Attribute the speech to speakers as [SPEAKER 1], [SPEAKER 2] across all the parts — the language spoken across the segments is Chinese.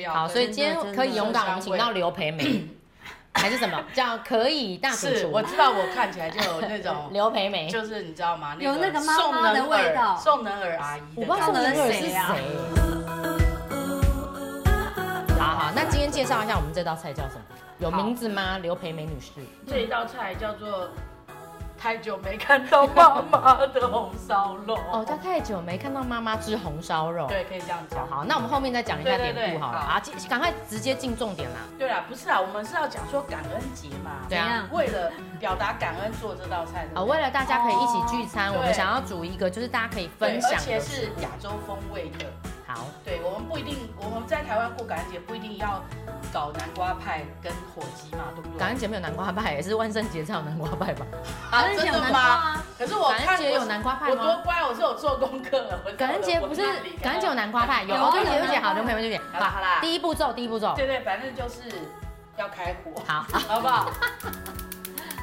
[SPEAKER 1] 要
[SPEAKER 2] 好，所以
[SPEAKER 1] 真的
[SPEAKER 2] 今天可以勇敢，我们请到刘培 梅，还是什么叫可以大主
[SPEAKER 1] 是，
[SPEAKER 2] 厨？
[SPEAKER 1] 我知道，我看起来就有那 种，
[SPEAKER 2] 刘培梅，
[SPEAKER 1] 就是你知道吗？
[SPEAKER 3] 有那个妈妈
[SPEAKER 1] 宋
[SPEAKER 3] 的
[SPEAKER 1] 能
[SPEAKER 3] 味
[SPEAKER 1] 儿
[SPEAKER 3] 道
[SPEAKER 1] 宋能儿阿姨
[SPEAKER 2] 我
[SPEAKER 1] 的
[SPEAKER 2] 不知
[SPEAKER 1] 感觉。
[SPEAKER 2] 道宋能尔是
[SPEAKER 3] 宋能尔是
[SPEAKER 2] 谁
[SPEAKER 3] 谁啊。
[SPEAKER 2] 好好，那今天介绍一下我们这道菜叫什么？有名字吗？刘培梅女士，
[SPEAKER 1] 这一道菜叫做太久没看到妈妈的红烧肉。
[SPEAKER 2] 哦，她太久没看到妈妈吃红烧肉。
[SPEAKER 1] 对，可以这样
[SPEAKER 2] 好
[SPEAKER 1] 讲。
[SPEAKER 2] 好，那我们后面再讲一下
[SPEAKER 1] 对对
[SPEAKER 2] 典
[SPEAKER 1] 对
[SPEAKER 2] 故好了
[SPEAKER 1] 好
[SPEAKER 2] 啊，进赶快直接进重点啦。
[SPEAKER 1] 对啦，不是啦，我们是要讲说感恩节嘛。
[SPEAKER 2] 对啊
[SPEAKER 3] 怎样
[SPEAKER 1] 为了表达感恩做这道菜。对不
[SPEAKER 2] 啊，
[SPEAKER 1] 对
[SPEAKER 2] 为了大家可以一起聚餐，
[SPEAKER 1] 哦
[SPEAKER 2] 我们想要煮一个就是大家可以分享
[SPEAKER 1] 对而且
[SPEAKER 2] 的。
[SPEAKER 1] 是亚洲风味的。
[SPEAKER 2] 好，
[SPEAKER 1] 对，我们不一定，我们在台湾过感恩节不一定要搞南瓜派跟火鸡嘛，对不对？
[SPEAKER 2] 感恩节没有南瓜派，也是万圣节才有南瓜派吧？
[SPEAKER 1] 啊，
[SPEAKER 3] 真的
[SPEAKER 1] 真
[SPEAKER 3] 有
[SPEAKER 1] 的
[SPEAKER 3] 南瓜
[SPEAKER 1] 吗？
[SPEAKER 3] 啊？
[SPEAKER 1] 可是我
[SPEAKER 2] 感恩
[SPEAKER 1] 看
[SPEAKER 2] 节有南瓜派
[SPEAKER 1] 我多
[SPEAKER 2] 吗？
[SPEAKER 1] 乖，我是有做功课的。我在
[SPEAKER 2] 感恩节不是
[SPEAKER 1] 我的文案里啊
[SPEAKER 2] 感恩节有南瓜派，有
[SPEAKER 3] 有
[SPEAKER 2] 哦
[SPEAKER 3] 有
[SPEAKER 2] 对不起，
[SPEAKER 3] 有
[SPEAKER 2] 好，刘培梅对不起。
[SPEAKER 1] 好啦好啦，
[SPEAKER 2] 第一步骤，第一步骤，
[SPEAKER 1] 对对，反正就是要开火，
[SPEAKER 2] 好，
[SPEAKER 1] 好不 好？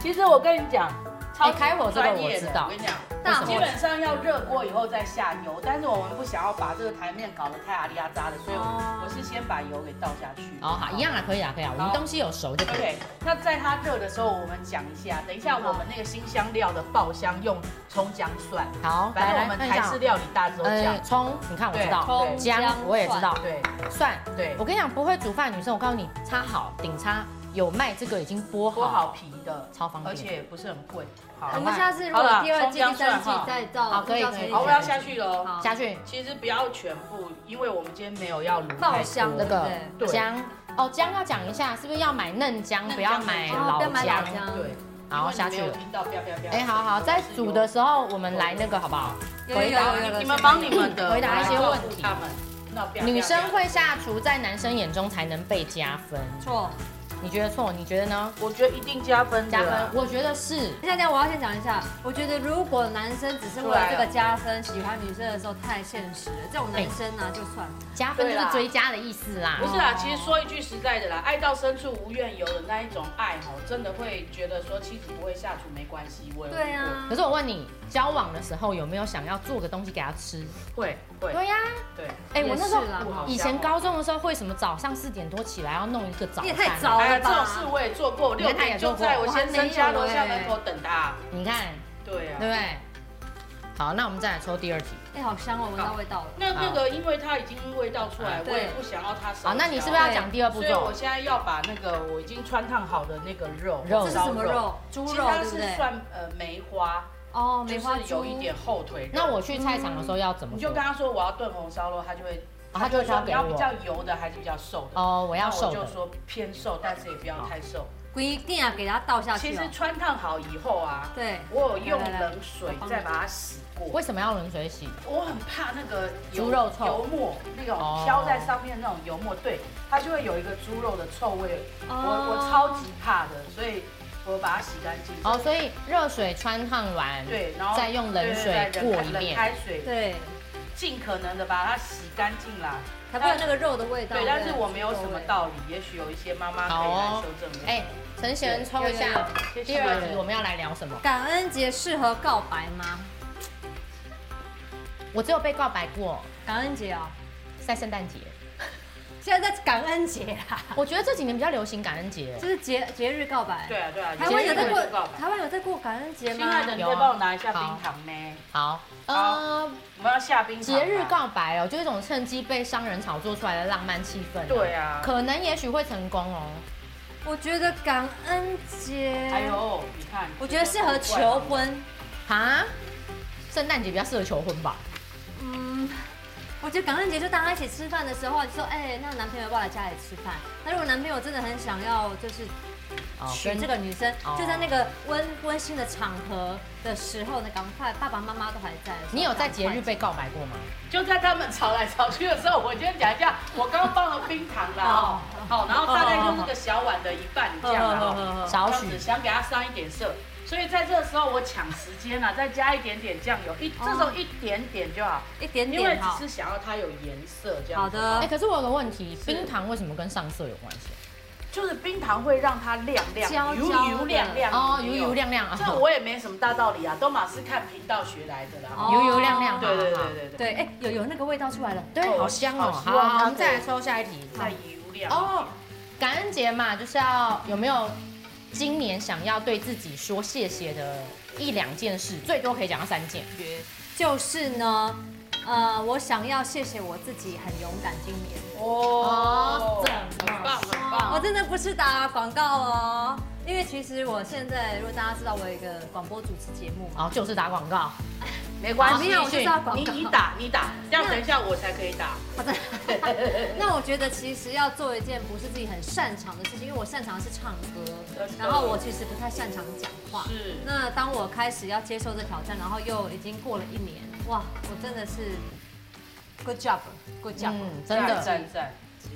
[SPEAKER 1] 其实我跟你讲，超
[SPEAKER 2] 哎开火这个
[SPEAKER 1] 专业
[SPEAKER 2] 我
[SPEAKER 1] 的
[SPEAKER 2] 知道
[SPEAKER 1] 我跟你讲。
[SPEAKER 3] 大
[SPEAKER 1] 基
[SPEAKER 3] 火
[SPEAKER 1] 本上要热锅以后再下油，但是我们不想要把这个台面搞得太阿里阿扎的，所以我
[SPEAKER 3] 哦
[SPEAKER 1] 我是先把油给倒下去。
[SPEAKER 2] 哦，好，一。样啊，可以啊，可以啊，我们
[SPEAKER 1] 好
[SPEAKER 2] 东西有熟就可以。
[SPEAKER 1] OK，那在它热的时候，我们讲一下。等一下，我们那个新香料的爆香用葱姜蒜，
[SPEAKER 2] 好，
[SPEAKER 1] 反正
[SPEAKER 2] 来
[SPEAKER 1] 我
[SPEAKER 2] 来
[SPEAKER 1] 们
[SPEAKER 2] 看一
[SPEAKER 1] 台
[SPEAKER 2] 下啊
[SPEAKER 1] 式，料理大周
[SPEAKER 2] 呃
[SPEAKER 1] 讲。，
[SPEAKER 2] 葱，你看我知道，
[SPEAKER 3] 葱
[SPEAKER 2] 姜我也知，道，
[SPEAKER 1] 对
[SPEAKER 2] 蒜，
[SPEAKER 1] 对，
[SPEAKER 2] 我跟你讲，不会煮饭的女生，我告诉你，擦好顶擦，有卖这个已经
[SPEAKER 1] 剥
[SPEAKER 2] 剥好，
[SPEAKER 1] 好皮的，
[SPEAKER 2] 超方
[SPEAKER 1] 而
[SPEAKER 2] 便。
[SPEAKER 1] 且也不是很贵。
[SPEAKER 3] 蒜
[SPEAKER 1] 好
[SPEAKER 3] 我
[SPEAKER 2] 好
[SPEAKER 3] 们下次如果第二季、
[SPEAKER 1] 好啦
[SPEAKER 3] 第三季再到，
[SPEAKER 2] 好可以
[SPEAKER 3] 就到
[SPEAKER 2] 可以
[SPEAKER 1] 好，我
[SPEAKER 2] 可以
[SPEAKER 1] 要下去喽。
[SPEAKER 3] 好
[SPEAKER 2] 下去哦
[SPEAKER 1] 其实不要全部，因为我们今天没有要卤
[SPEAKER 3] 爆
[SPEAKER 1] 太
[SPEAKER 3] 香
[SPEAKER 2] 那
[SPEAKER 3] 对不
[SPEAKER 2] 个
[SPEAKER 3] 对？
[SPEAKER 1] 对
[SPEAKER 2] 姜哦，姜要讲一下，是不是要买嫩姜，
[SPEAKER 1] 嫩姜
[SPEAKER 2] 不要买
[SPEAKER 1] 哦
[SPEAKER 2] 老
[SPEAKER 3] 不要买老
[SPEAKER 2] 姜
[SPEAKER 3] 姜？
[SPEAKER 1] 对，
[SPEAKER 2] 好，下去
[SPEAKER 1] 因为你没有
[SPEAKER 2] 了。
[SPEAKER 1] 听到，不要不要不要。
[SPEAKER 2] 哎，好好，在煮的时候我们来那个好不好？
[SPEAKER 3] 有有有有有，
[SPEAKER 1] 你们帮你们的，
[SPEAKER 2] 回答一些问题
[SPEAKER 1] 他们。那不要
[SPEAKER 2] 女生，
[SPEAKER 1] 不要
[SPEAKER 2] 会下厨，在男生眼中才能被加分。
[SPEAKER 3] 错。
[SPEAKER 2] 你觉得错？你觉得呢？
[SPEAKER 1] 不要我觉得一定加分的
[SPEAKER 2] 加
[SPEAKER 1] 啊。
[SPEAKER 2] 分，我觉得是。
[SPEAKER 3] 等一下，等一下，我要先讲一下，我觉得如果男生只是为了这个加分喜欢女生的时候太现实了，这种男生呢、就算了。
[SPEAKER 2] 加分就是追加的意思啦
[SPEAKER 1] 不。是啦，
[SPEAKER 3] 哦
[SPEAKER 1] 其实说一句实在的啦，爱到深处无怨尤的那一种爱吼，真的会觉得说妻子不会下厨没关系，我有
[SPEAKER 3] 对啊，
[SPEAKER 2] 可是我问你，交往的时候有没有想要做个东西给他吃？
[SPEAKER 1] 会会
[SPEAKER 2] 对呀，
[SPEAKER 1] 对，
[SPEAKER 2] 哎，我那时候
[SPEAKER 3] 也是啦
[SPEAKER 1] 不好哦
[SPEAKER 2] 以前高中的时候，为什么早上四点多起来要弄一个早
[SPEAKER 3] 你
[SPEAKER 2] 餐
[SPEAKER 3] 也？太早
[SPEAKER 1] 哎呀，
[SPEAKER 3] 了
[SPEAKER 1] 这种事
[SPEAKER 3] 吧？
[SPEAKER 1] 我也做过，
[SPEAKER 2] 你
[SPEAKER 1] 六
[SPEAKER 2] 看他也
[SPEAKER 1] 点就
[SPEAKER 2] 做过
[SPEAKER 1] 在我
[SPEAKER 3] 我还
[SPEAKER 1] 先生家
[SPEAKER 3] 没有
[SPEAKER 1] 楼下
[SPEAKER 3] 欸
[SPEAKER 1] 门口等他。
[SPEAKER 2] 你看，
[SPEAKER 1] 对
[SPEAKER 2] 对
[SPEAKER 1] 啊，
[SPEAKER 2] 不对？好，那我们再来抽第二题。
[SPEAKER 3] 哎、好香哦，闻到味道了。
[SPEAKER 1] 那那个因为它已经味道出来，
[SPEAKER 3] 啊对
[SPEAKER 1] 我也不想要它烧焦。
[SPEAKER 2] 好，那你是不是要讲第二步
[SPEAKER 1] 所以我
[SPEAKER 2] 骤？
[SPEAKER 1] 现在要把那个我已经穿烫好的那个肉，
[SPEAKER 2] 肉
[SPEAKER 3] 这是什么？肉？猪
[SPEAKER 1] 其实
[SPEAKER 3] 肉
[SPEAKER 1] 它
[SPEAKER 3] 对不
[SPEAKER 1] 是
[SPEAKER 3] 对？
[SPEAKER 1] 算呃梅花，
[SPEAKER 3] 哦，梅
[SPEAKER 1] 就
[SPEAKER 3] 花
[SPEAKER 1] 是有
[SPEAKER 3] 猪。
[SPEAKER 1] 一点后腿肉。
[SPEAKER 2] 那我去菜场的时候要怎么
[SPEAKER 1] 嗯你
[SPEAKER 2] 做？
[SPEAKER 1] 就跟他说我要炖红烧肉，他就会
[SPEAKER 2] 啊他就会
[SPEAKER 1] 说
[SPEAKER 2] 挑
[SPEAKER 1] 你
[SPEAKER 2] 给
[SPEAKER 1] 要比
[SPEAKER 2] 我。
[SPEAKER 1] 较油的还是比较瘦的？
[SPEAKER 2] 哦，我要
[SPEAKER 1] 那
[SPEAKER 2] 瘦
[SPEAKER 1] 我就
[SPEAKER 2] 的。
[SPEAKER 1] 说偏瘦，但是也不要太瘦。
[SPEAKER 3] 规定啊，给它倒下
[SPEAKER 1] 其
[SPEAKER 3] 去、
[SPEAKER 1] 实
[SPEAKER 3] 哦。
[SPEAKER 1] 穿烫好以后啊，
[SPEAKER 3] 对，
[SPEAKER 1] 我有用
[SPEAKER 3] 来来来
[SPEAKER 1] 冷水
[SPEAKER 3] 我帮你
[SPEAKER 1] 再把它洗过。
[SPEAKER 2] 为什么要冷水洗？
[SPEAKER 1] 我很怕那个油
[SPEAKER 2] 猪肉臭
[SPEAKER 1] 油沫，那种
[SPEAKER 2] 哦
[SPEAKER 1] 飘在上面那种油沫，对，它就会有一个猪肉的臭味，我我超级怕的，所以我把它洗干净。
[SPEAKER 2] 哦，所以热水穿烫完，
[SPEAKER 1] 对，然后
[SPEAKER 2] 再用冷水
[SPEAKER 1] 对对对
[SPEAKER 2] 过一
[SPEAKER 1] 冷
[SPEAKER 2] 遍
[SPEAKER 1] 开水，
[SPEAKER 3] 对，
[SPEAKER 1] 尽可能的把它洗干净啦。
[SPEAKER 3] 才不会有那个肉的味道。
[SPEAKER 1] 对，但是
[SPEAKER 3] 不
[SPEAKER 1] 我没有什么道理，也许有一些妈妈可以来修正我。
[SPEAKER 2] 哎，陈贤抽一
[SPEAKER 3] 有有
[SPEAKER 2] 下
[SPEAKER 3] 有
[SPEAKER 1] 谢
[SPEAKER 2] 第
[SPEAKER 1] 谢
[SPEAKER 2] 二题，我们要来聊什么？
[SPEAKER 3] 感恩节适合告白吗？
[SPEAKER 2] 我只有被告白过，
[SPEAKER 3] 感恩节哦，
[SPEAKER 2] 在圣诞节。
[SPEAKER 3] 现在在感恩节啊，
[SPEAKER 2] 我觉得这几年比较流行感恩节
[SPEAKER 3] 就，是节节日告白。
[SPEAKER 1] 对啊对啊，
[SPEAKER 3] 台湾有在
[SPEAKER 1] 这
[SPEAKER 3] 过
[SPEAKER 1] 个告白。
[SPEAKER 3] 台湾有在过感恩节
[SPEAKER 1] 亲爱的，
[SPEAKER 3] 吗？
[SPEAKER 1] 你可以帮我拿一下冰糖咩？
[SPEAKER 2] 好，
[SPEAKER 1] 好
[SPEAKER 2] 呃，
[SPEAKER 1] 我们要下冰糖。
[SPEAKER 2] 节日。告白哦，就是一种趁机被商人炒作出来的浪漫气氛。
[SPEAKER 1] 对，啊。
[SPEAKER 2] 可能也许会成功哦。
[SPEAKER 3] 我觉得感恩节，
[SPEAKER 1] 哎呦，你看，
[SPEAKER 3] 我觉得适合求婚。
[SPEAKER 2] 啊，圣诞节比较适合求婚吧？
[SPEAKER 3] 嗯，我觉得感恩节就大家一起吃饭的时候，就说哎、那男朋友要不要来家里吃饭？那如果男朋友真的很想要，就是
[SPEAKER 2] 哦
[SPEAKER 3] 娶啊这个女生，
[SPEAKER 2] 哦
[SPEAKER 3] 就在那个温温馨的场合的时候呢，赶快爸爸妈妈都还在的时候。
[SPEAKER 2] 你有在节日
[SPEAKER 3] 赶快
[SPEAKER 2] 被告白过吗？
[SPEAKER 1] 就在他们吵来吵去的时候，我就讲一下，我刚放了冰糖啦，哦，好，然后大概就是那个小碗的一半这样啦，哦
[SPEAKER 2] 少
[SPEAKER 1] 这样
[SPEAKER 2] 许
[SPEAKER 1] 子想给它上一点色，所以在这个时候我抢时间啊，再加一点点酱油，一这时候一点点就好，
[SPEAKER 3] 哦一点
[SPEAKER 1] 因为
[SPEAKER 3] 点
[SPEAKER 1] 只
[SPEAKER 3] 哈。
[SPEAKER 1] 是想要它有颜色这样。
[SPEAKER 3] 好的
[SPEAKER 2] 哎、可是我有个问题，
[SPEAKER 1] 是
[SPEAKER 2] 冰糖为什么跟上色有关系？
[SPEAKER 1] 就是冰糖会让它亮亮，
[SPEAKER 3] 焦
[SPEAKER 1] 油
[SPEAKER 3] 焦
[SPEAKER 1] 油
[SPEAKER 3] 的
[SPEAKER 1] 亮亮
[SPEAKER 2] 哦，油油。亮亮啊，
[SPEAKER 1] 这我也没什么大道理啊，都嘛是看频道学来的啦。
[SPEAKER 3] 哦
[SPEAKER 2] 油油亮亮，
[SPEAKER 1] 对对
[SPEAKER 2] 好
[SPEAKER 1] 对
[SPEAKER 2] 好
[SPEAKER 1] 对对，
[SPEAKER 3] 对，哎，有有那个味道出来了。
[SPEAKER 2] 对，好香哦。
[SPEAKER 1] 好希望它
[SPEAKER 2] 好，我们再来
[SPEAKER 1] 可以
[SPEAKER 2] 抽下一题。
[SPEAKER 1] 再油亮。
[SPEAKER 2] 哦
[SPEAKER 1] 哦，，
[SPEAKER 2] 感恩节嘛，就是要有没有今年想要对自己说谢谢的一两件事，最多可以讲到三件。
[SPEAKER 3] 就是呢，呃，我想要谢谢我自己很勇敢，今年哦
[SPEAKER 1] 哦，
[SPEAKER 2] 怎么
[SPEAKER 1] 很棒很棒。
[SPEAKER 2] 哦
[SPEAKER 3] 我真的不是打广告哦，因为其实我现在如果大家知道我有一个广播主持节目嘛，啊
[SPEAKER 2] 哦，就是打广告。
[SPEAKER 1] 没关系，
[SPEAKER 3] 没有我就是要广
[SPEAKER 1] 你
[SPEAKER 3] 告
[SPEAKER 1] 你打你打，这样等一下我才可以打。
[SPEAKER 3] 好的。 那我觉得其实要做一件不是自己很擅长的事情，因为我擅长的是唱
[SPEAKER 2] 呃
[SPEAKER 3] 歌，然后我其实不太擅长讲话。
[SPEAKER 1] 是
[SPEAKER 3] 那当我开始要接受这挑战，然后又已经过了一年，哇，我真的是 good job，good job，
[SPEAKER 2] 嗯，真的。
[SPEAKER 1] 赞赞。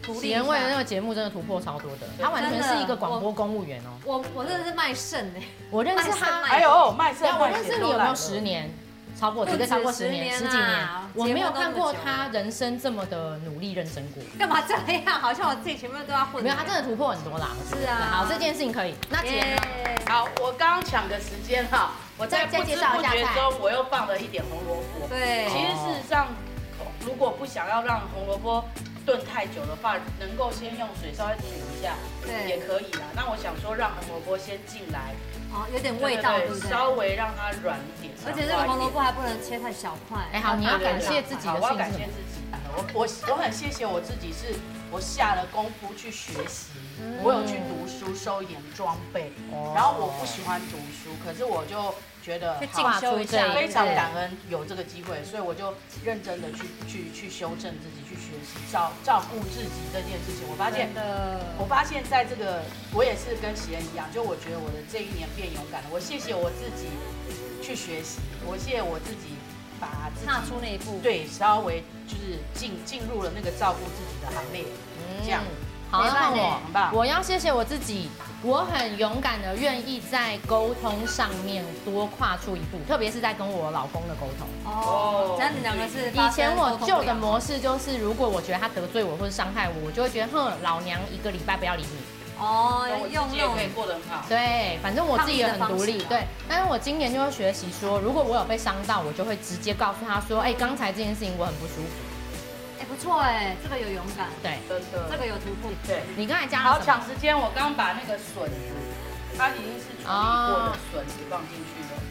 [SPEAKER 3] 鼓励
[SPEAKER 2] 李
[SPEAKER 3] 一
[SPEAKER 2] 仁
[SPEAKER 3] 下
[SPEAKER 2] 伟那个节目真的突破超多的，他完全是一个广播公务员哦。
[SPEAKER 3] 我我真的是卖肾哎，
[SPEAKER 2] 我认识
[SPEAKER 3] 卖肾
[SPEAKER 2] 他，
[SPEAKER 3] 卖
[SPEAKER 1] 哎呦，卖肾
[SPEAKER 2] 对啊我
[SPEAKER 1] 卖
[SPEAKER 2] 认识
[SPEAKER 1] 肾
[SPEAKER 2] 你
[SPEAKER 1] 都
[SPEAKER 2] 有没
[SPEAKER 1] 来
[SPEAKER 2] 有
[SPEAKER 1] 了
[SPEAKER 2] 十？年？超过，
[SPEAKER 3] 不止
[SPEAKER 2] 绝对超过十年，
[SPEAKER 3] 十
[SPEAKER 2] 十
[SPEAKER 3] 年
[SPEAKER 2] 几年
[SPEAKER 3] 啦，
[SPEAKER 2] 我没有看过
[SPEAKER 3] 节目都那么
[SPEAKER 2] 他人生这么的努力认真过。
[SPEAKER 3] 干嘛这样？好像我自己前面都要混。
[SPEAKER 2] 没有，他真的突破很多啦。我觉得
[SPEAKER 3] 是啊
[SPEAKER 2] 好，这件事情啊可以。那姐呢
[SPEAKER 3] 耶。
[SPEAKER 1] 好，我刚刚抢个时间哈，我在
[SPEAKER 2] 再
[SPEAKER 1] 不
[SPEAKER 2] 介
[SPEAKER 1] 知
[SPEAKER 2] 绍
[SPEAKER 1] 不
[SPEAKER 2] 一下
[SPEAKER 1] 觉
[SPEAKER 2] 菜
[SPEAKER 1] 中我又放了一点红萝卜。
[SPEAKER 3] 对，
[SPEAKER 1] 其实事实上，如果不想要让红萝卜炖太久的话，能够先用水稍微煮一下，
[SPEAKER 3] 对
[SPEAKER 1] 也可以啦。那我想说，让红萝卜先进来，
[SPEAKER 3] 哦，有点味道，对不对？
[SPEAKER 1] 稍微让它软一点。
[SPEAKER 3] 而且这个红萝卜还不能切太小块。
[SPEAKER 2] 哎好你要感谢自己
[SPEAKER 1] 好
[SPEAKER 2] 的
[SPEAKER 1] 我要
[SPEAKER 2] 兴致
[SPEAKER 1] 感谢自己。啊我我我很谢谢我自己，是我下了功夫去学习，
[SPEAKER 3] 嗯
[SPEAKER 1] 我有去读书，收一点装备。然后我不喜欢读修，可是我就觉得
[SPEAKER 3] 去
[SPEAKER 1] 好
[SPEAKER 3] 进修一下，
[SPEAKER 1] 非常感恩有这个机会，所以我就认真的去去去修正自己，去学习照照顾自己这件事情。我发现
[SPEAKER 3] 真，的
[SPEAKER 1] 我发现在这个我也是跟喜恩一样，就我觉得我的这一年变勇敢了。我谢谢我自己去学习，我谢谢我自己把自
[SPEAKER 3] 踏
[SPEAKER 1] 己
[SPEAKER 3] 出那一步。，
[SPEAKER 1] 对稍微就是进进入了那个照顾自己的行列，
[SPEAKER 3] 嗯
[SPEAKER 1] 这样
[SPEAKER 2] 嗯好，
[SPEAKER 3] 陪
[SPEAKER 2] 那
[SPEAKER 3] 伴
[SPEAKER 2] 我
[SPEAKER 1] 很棒
[SPEAKER 2] 我要谢谢我自己，我很勇敢的愿意在沟通上面多跨出一步，特别是在跟我老公的沟通。
[SPEAKER 3] 哦，咱两个是
[SPEAKER 2] 以前我旧的模式就是，如果我觉得他得罪我或者伤害我，我就会觉得哼，老娘一个礼拜不要理你。
[SPEAKER 3] 哦
[SPEAKER 1] 那我，
[SPEAKER 3] 用
[SPEAKER 1] 自己
[SPEAKER 3] 那
[SPEAKER 1] 也可以
[SPEAKER 3] 种
[SPEAKER 1] 过得很好。
[SPEAKER 2] 对，反正我自己也很独
[SPEAKER 3] 抗议的方
[SPEAKER 2] 立。
[SPEAKER 3] 式啊
[SPEAKER 2] 对，但是我今年就会学习说，如果我有被伤到，我就会直接告诉他说，哎，刚才这件事情我很不舒服。
[SPEAKER 3] 哎不错哎，这个有勇敢，
[SPEAKER 2] 对
[SPEAKER 1] 真的，
[SPEAKER 3] 这个有突破。
[SPEAKER 1] 对。
[SPEAKER 2] 你刚才加
[SPEAKER 1] 好
[SPEAKER 2] 了什
[SPEAKER 1] 抢
[SPEAKER 2] 么？
[SPEAKER 1] 时间，我刚把那个笋子，它已经是处理过
[SPEAKER 3] 啊
[SPEAKER 1] 的笋子放进去了。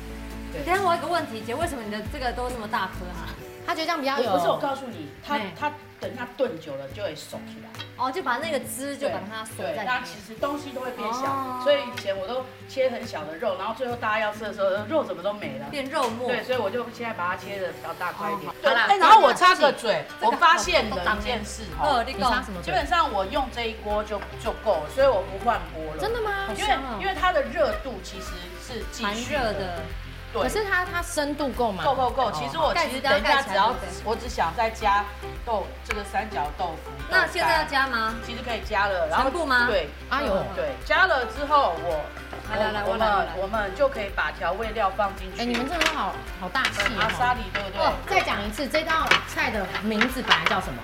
[SPEAKER 3] 等一下我有个问题，姐，为什么你的这个都那么大颗啊？
[SPEAKER 2] 他觉得这样比较有，
[SPEAKER 1] 不是我告诉你，它
[SPEAKER 3] 对
[SPEAKER 1] 它等它炖久了就会熟出来，
[SPEAKER 3] 哦，就把那个汁就把它锁
[SPEAKER 1] 对，
[SPEAKER 3] 在
[SPEAKER 1] 那
[SPEAKER 3] 里
[SPEAKER 1] 其
[SPEAKER 3] 面。
[SPEAKER 1] 实东西都会变
[SPEAKER 3] 哦
[SPEAKER 1] 小，所以以前我都切很小的肉，然后最后大家要吃的时候，肉怎么都没了。
[SPEAKER 3] 变肉末，
[SPEAKER 1] 对，所以我就现在把它切的比较大块一点
[SPEAKER 3] 哦。
[SPEAKER 1] 对，
[SPEAKER 3] 好啦
[SPEAKER 1] 哎，然后我插个嘴，
[SPEAKER 3] 这
[SPEAKER 1] 我
[SPEAKER 3] 个
[SPEAKER 1] 发现
[SPEAKER 3] 好
[SPEAKER 1] 了一件事
[SPEAKER 3] 二
[SPEAKER 1] 哦，
[SPEAKER 3] 你
[SPEAKER 2] 你擦
[SPEAKER 3] 讲
[SPEAKER 2] 什么
[SPEAKER 1] 基
[SPEAKER 2] 嘴？
[SPEAKER 1] 本上我用这一锅就就够了，所以我不换锅了。
[SPEAKER 2] 真的吗？啊
[SPEAKER 1] 因为
[SPEAKER 3] 香哦
[SPEAKER 1] 因为它的热度其实是继
[SPEAKER 3] 蛮
[SPEAKER 1] 续
[SPEAKER 3] 热，的，
[SPEAKER 1] 对
[SPEAKER 2] 可。是哦它它深度够吗？
[SPEAKER 1] 够够够！其实我其实等一下只要，我只想再加豆这个三角豆腐。
[SPEAKER 3] 那现在
[SPEAKER 1] 豆
[SPEAKER 3] 要
[SPEAKER 1] 干
[SPEAKER 3] 加吗？
[SPEAKER 1] 其实可以加了，
[SPEAKER 3] 全部吗
[SPEAKER 1] 对
[SPEAKER 2] 哎呦，
[SPEAKER 1] 对，加了之后我
[SPEAKER 3] 来来来
[SPEAKER 1] 我
[SPEAKER 3] 我来我
[SPEAKER 1] 们
[SPEAKER 3] 来
[SPEAKER 1] 我们就可以把调味料放进去。
[SPEAKER 2] 哎，你们真的好好大气
[SPEAKER 1] 阿
[SPEAKER 2] 哦
[SPEAKER 1] 萨。里对不对
[SPEAKER 2] 哦，？再讲一次，这道菜的名字本来叫什么？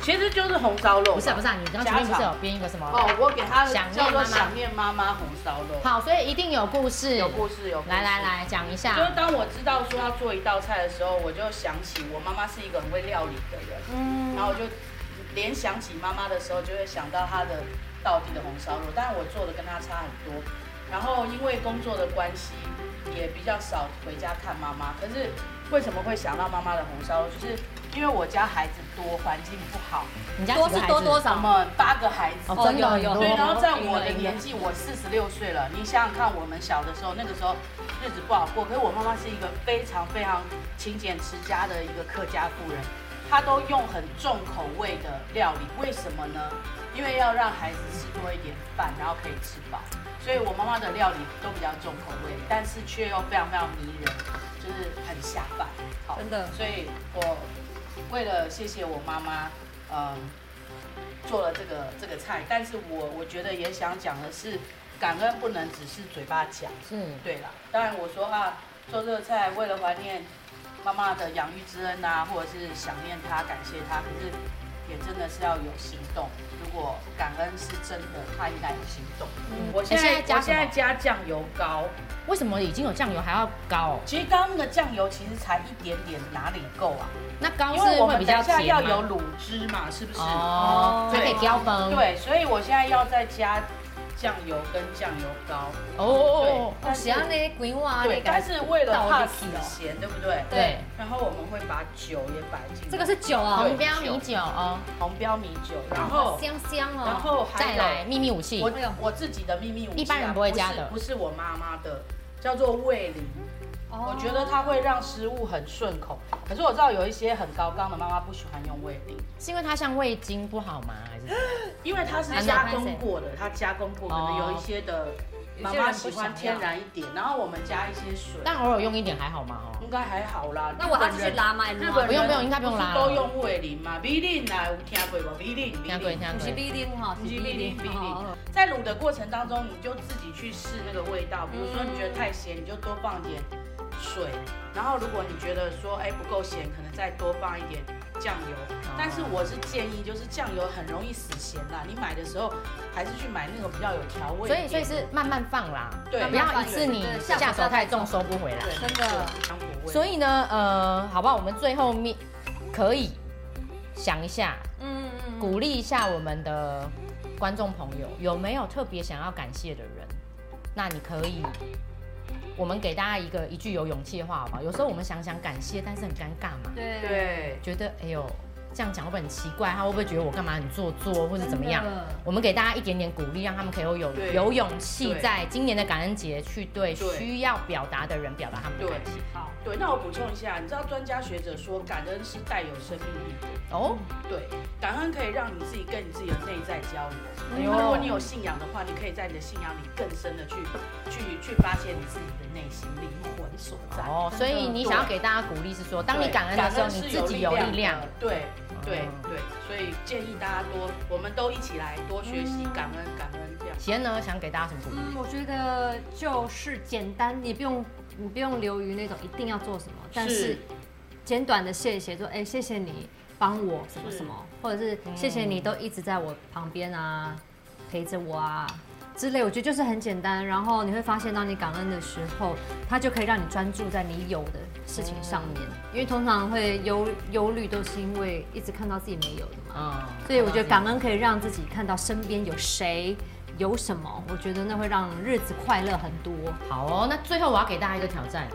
[SPEAKER 1] 其实就是红烧肉嘛。
[SPEAKER 2] 不是啊不是啊，你刚刚前面不是有编一个什么？
[SPEAKER 1] 哦，我给它
[SPEAKER 2] 想念
[SPEAKER 1] 叫
[SPEAKER 2] 妈
[SPEAKER 1] 做
[SPEAKER 2] 妈
[SPEAKER 1] 想念妈妈红烧肉，
[SPEAKER 2] 好，所以一定有故事。
[SPEAKER 1] 有故事有故事。
[SPEAKER 2] 来来来，讲一
[SPEAKER 1] 就是
[SPEAKER 2] 下。
[SPEAKER 1] 当我知道说要做一道菜的时候，我就想起我妈妈是一个很会料理的人，
[SPEAKER 3] 嗯
[SPEAKER 1] 然后我就联想起妈妈的时候，就会想到她的道地的红烧肉，但我做的跟她差很多。然后因为工作的关系，也比较少回家看妈妈。可是为什么会想到妈妈的红烧肉？就是因为我家孩子多，环境不好，
[SPEAKER 2] 你家几
[SPEAKER 3] 多
[SPEAKER 2] 个
[SPEAKER 3] 是
[SPEAKER 2] 孩
[SPEAKER 3] 多多
[SPEAKER 2] 子？
[SPEAKER 1] 我
[SPEAKER 3] 少吗？
[SPEAKER 1] 们八个孩子。
[SPEAKER 2] 哦，真的很
[SPEAKER 3] 有有
[SPEAKER 2] 多
[SPEAKER 1] 对，然后在
[SPEAKER 3] 赢了
[SPEAKER 1] 我的
[SPEAKER 3] 赢了
[SPEAKER 1] 年纪，我四十六岁了。你想想看，我们小的时候，那个时候日子不好过。可是我妈妈是一个非常非常勤俭持家的一个客家妇人，她都用很重口味的料理。为什么呢？因为要让孩子吃多一点饭，然后可以吃饱。所以我妈妈的料理都比较重口味，但是却又非常非常迷人，就是很下饭。好，
[SPEAKER 3] 真的
[SPEAKER 1] 所以我为了谢谢我妈妈，嗯，做了这个这个菜，但是我我觉得也想讲的是，感恩不能只是嘴巴讲。
[SPEAKER 2] 是
[SPEAKER 1] 对啦，当然我说啊，做这个菜为了怀念妈妈的养育之恩啊，或者是想念她、感谢她，可是也真的是要有行动。如果感恩是真的，他应该很心动。
[SPEAKER 2] 嗯
[SPEAKER 4] 我现在
[SPEAKER 2] 哎现在加
[SPEAKER 4] 我现在
[SPEAKER 2] 什么
[SPEAKER 4] 加酱油膏，
[SPEAKER 2] 为什么已经有酱油还要高、哦？
[SPEAKER 1] 其实刚刚那个酱油其实才一点点，哪里够啊？
[SPEAKER 2] 那高
[SPEAKER 1] 因
[SPEAKER 2] 是
[SPEAKER 1] 为我
[SPEAKER 2] 会
[SPEAKER 1] 们
[SPEAKER 2] 比
[SPEAKER 1] 等
[SPEAKER 2] 较
[SPEAKER 1] 一下
[SPEAKER 2] 甜吗
[SPEAKER 1] 要有卤汁嘛，是不是？
[SPEAKER 2] 哦，才可以
[SPEAKER 1] 对
[SPEAKER 2] 标分。
[SPEAKER 1] 对，所以我现在要再加酱油跟酱油膏。
[SPEAKER 2] 哦哦
[SPEAKER 1] 对
[SPEAKER 2] 哦，
[SPEAKER 3] 我喜欢那些滚啊，
[SPEAKER 1] 对
[SPEAKER 3] 那，
[SPEAKER 1] 但
[SPEAKER 3] 个。
[SPEAKER 1] 是为了怕死
[SPEAKER 3] 倒进去哦
[SPEAKER 1] 咸，对不对？
[SPEAKER 2] 对
[SPEAKER 3] 对，
[SPEAKER 1] 然后我们会把酒也摆进来，
[SPEAKER 3] 这个是酒啊，
[SPEAKER 2] 红标米酒哦，
[SPEAKER 1] 红标米酒，然后
[SPEAKER 3] 香香哦。
[SPEAKER 1] 然后还
[SPEAKER 2] 再来
[SPEAKER 1] 有
[SPEAKER 2] 秘密武器
[SPEAKER 1] 我我自己的秘密武器啊，
[SPEAKER 2] 一般人不会加的
[SPEAKER 1] 不是不是我妈妈的，叫做味淋。
[SPEAKER 3] 哦
[SPEAKER 1] 我觉得它会让食物很顺口，可是我知道有一些很高纲的妈妈不喜欢用味淋，
[SPEAKER 2] 是因为它像味精不好吗？还是 什么
[SPEAKER 1] 因为它是
[SPEAKER 2] 啊那
[SPEAKER 1] 加
[SPEAKER 2] 拍
[SPEAKER 1] 工
[SPEAKER 2] 谁
[SPEAKER 1] 过的，它加工过，可能
[SPEAKER 2] 哦
[SPEAKER 1] 有一些的
[SPEAKER 3] 有
[SPEAKER 1] 妈
[SPEAKER 3] 些
[SPEAKER 1] 妈
[SPEAKER 3] 人
[SPEAKER 1] 喜
[SPEAKER 3] 不
[SPEAKER 1] 欢
[SPEAKER 3] 想
[SPEAKER 1] 天
[SPEAKER 3] 要
[SPEAKER 1] 然一点，然后我们加一些水，
[SPEAKER 2] 但偶尔用一点还好嘛哦。
[SPEAKER 1] 应该还好啦。
[SPEAKER 3] 那我
[SPEAKER 1] 日本
[SPEAKER 3] 要继续
[SPEAKER 1] 人
[SPEAKER 3] 拉吗？
[SPEAKER 1] 日本人
[SPEAKER 2] 不用不用应该不用拉了
[SPEAKER 1] 是都用味淋嘛，比淋啦，啊有听过无？比淋，
[SPEAKER 2] 听过听
[SPEAKER 3] 不是
[SPEAKER 2] 过，
[SPEAKER 3] 必定哈，
[SPEAKER 1] 不是比
[SPEAKER 3] 必
[SPEAKER 1] 淋
[SPEAKER 3] 定
[SPEAKER 1] 比淋。在卤的过程当中，你就自己去试那个味道。比如说你
[SPEAKER 2] 嗯
[SPEAKER 1] 觉得太咸，你就多放点水；然后如果你觉得说哎不够咸，可能再多放一点酱油。
[SPEAKER 2] 哦
[SPEAKER 1] 但是我是建议，就是酱油很容易死咸啦，你买的时候还是去买那种比较有调味一
[SPEAKER 2] 所
[SPEAKER 1] 点
[SPEAKER 2] 以
[SPEAKER 1] 的。
[SPEAKER 2] 所以是慢慢放啦，
[SPEAKER 1] 对
[SPEAKER 2] 不要一次你
[SPEAKER 3] 对下手
[SPEAKER 2] 下手太重收不回来。
[SPEAKER 1] 对
[SPEAKER 3] 真的
[SPEAKER 1] 香果味。
[SPEAKER 2] 所以呢，呃，好吧，我们最后面可以想一下，
[SPEAKER 3] 嗯嗯嗯。
[SPEAKER 2] 鼓励一下我们的观众朋友，有没有特别想要感谢的人？那你可以，我们给大家一个一句有勇气的话，好不好？有时候我们想想感谢，但是很尴尬嘛，
[SPEAKER 3] 嗯对。
[SPEAKER 1] 对，
[SPEAKER 2] 觉得哎呦这样讲会不会很奇怪？他会不会觉得我干嘛很做作，或者怎么样
[SPEAKER 3] 真的？
[SPEAKER 2] 我们给大家一点点鼓励，让他们可以有有
[SPEAKER 1] 对
[SPEAKER 2] 有勇气，
[SPEAKER 1] 对
[SPEAKER 2] 在今年的感恩节去对
[SPEAKER 1] 对
[SPEAKER 2] 需要表达的人表达他们的
[SPEAKER 1] 对
[SPEAKER 2] 感谢。
[SPEAKER 3] 好。
[SPEAKER 1] 对，那我补充一下，你知道专家学者说感恩是带有生命力的。
[SPEAKER 2] 哦，
[SPEAKER 1] 对，感恩可以让你自己跟你自己的内在交流。
[SPEAKER 2] 哎呦
[SPEAKER 1] 如果你有信仰的话，你可以在你的信仰里更深的去去去发现你自己的内心灵魂所在。
[SPEAKER 2] 哦，所以你想要给大家鼓励是说，当你
[SPEAKER 1] 对
[SPEAKER 2] 感恩的时候，你
[SPEAKER 1] 是
[SPEAKER 2] 自己有
[SPEAKER 1] 的
[SPEAKER 2] 力量。。
[SPEAKER 1] 对对
[SPEAKER 2] 嗯
[SPEAKER 1] 对，所以建议大家多，我们都一起来多学习感恩感恩这样。
[SPEAKER 2] 喜恩呢，想给大家什么鼓励？
[SPEAKER 3] 嗯，我觉得就是简单，你不用你不用流于那种一定要做什么，但是简短的谢谢，说哎谢谢你帮我什么什么，或者是谢谢你都一直在我旁边啊，陪着我啊。之类，我觉得就是很简单，然后你会发现，当你感恩的时候，它就可以让你专注在你有的事情上面，因为通常会忧忧虑，都是因为一直看到自己没有的嘛。
[SPEAKER 2] 嗯，
[SPEAKER 3] 所以我觉得感恩可以让自己看到身边有谁有什么，我觉得那会让日子快乐很多。
[SPEAKER 2] 好哦。那最后我要给大家一个挑战，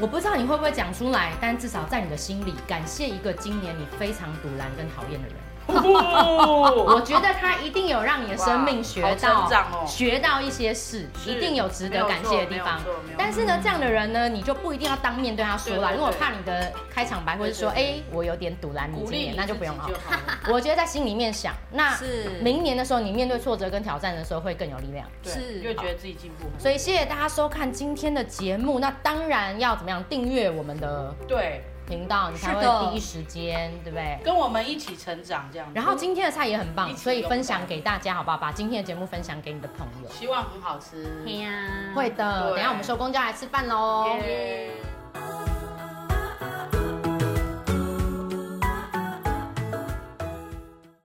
[SPEAKER 2] 我不知道你会不会讲出来，但至少在你的心里感谢一个今年你非常堵然跟讨厌的人。我觉得他一定有让你的生命学
[SPEAKER 1] 哇好
[SPEAKER 2] 到
[SPEAKER 1] 成长哦
[SPEAKER 2] 学到一些事，
[SPEAKER 1] 是
[SPEAKER 2] 一定有值得感谢的
[SPEAKER 1] 没有错没
[SPEAKER 2] 地方
[SPEAKER 1] 有错没有错。
[SPEAKER 2] 但是呢，这样的人呢，你就不一定要当面对他说啦，
[SPEAKER 1] 对对对
[SPEAKER 2] 因为我怕你的开场白或者说，
[SPEAKER 1] 对对
[SPEAKER 2] 哎，我有点堵拦你
[SPEAKER 1] 鼓
[SPEAKER 2] 今
[SPEAKER 1] 励
[SPEAKER 2] 年，
[SPEAKER 1] 你
[SPEAKER 2] 那就
[SPEAKER 1] 自
[SPEAKER 2] 不用
[SPEAKER 1] 己
[SPEAKER 2] 好
[SPEAKER 1] 就。好了。
[SPEAKER 2] 我觉得在心里面想，那
[SPEAKER 3] 是
[SPEAKER 2] 明年的时候，你面对挫折跟挑战的时候会更有力量。
[SPEAKER 1] 对
[SPEAKER 3] 是
[SPEAKER 1] 就觉得自己进步很多。
[SPEAKER 2] 所以谢谢大家收看今天的节目。那当然要怎么样订阅我们的
[SPEAKER 1] 对，
[SPEAKER 2] 频道，你才
[SPEAKER 3] 是的
[SPEAKER 2] 会第一时间，对不对？
[SPEAKER 1] 跟我们一起成长这样子。
[SPEAKER 2] 然后今天的菜也很
[SPEAKER 1] 一
[SPEAKER 2] 棒，
[SPEAKER 1] 起
[SPEAKER 2] 所以
[SPEAKER 1] 拥
[SPEAKER 2] 分享
[SPEAKER 1] 抱
[SPEAKER 2] 给大家，好不好？把今天的节目分享给你的朋友。
[SPEAKER 1] 希望很好吃。
[SPEAKER 3] 呀
[SPEAKER 2] 会
[SPEAKER 1] 嗯
[SPEAKER 2] 的，
[SPEAKER 1] 对
[SPEAKER 2] 等一下我们收工就要来吃饭喽。
[SPEAKER 1] 耶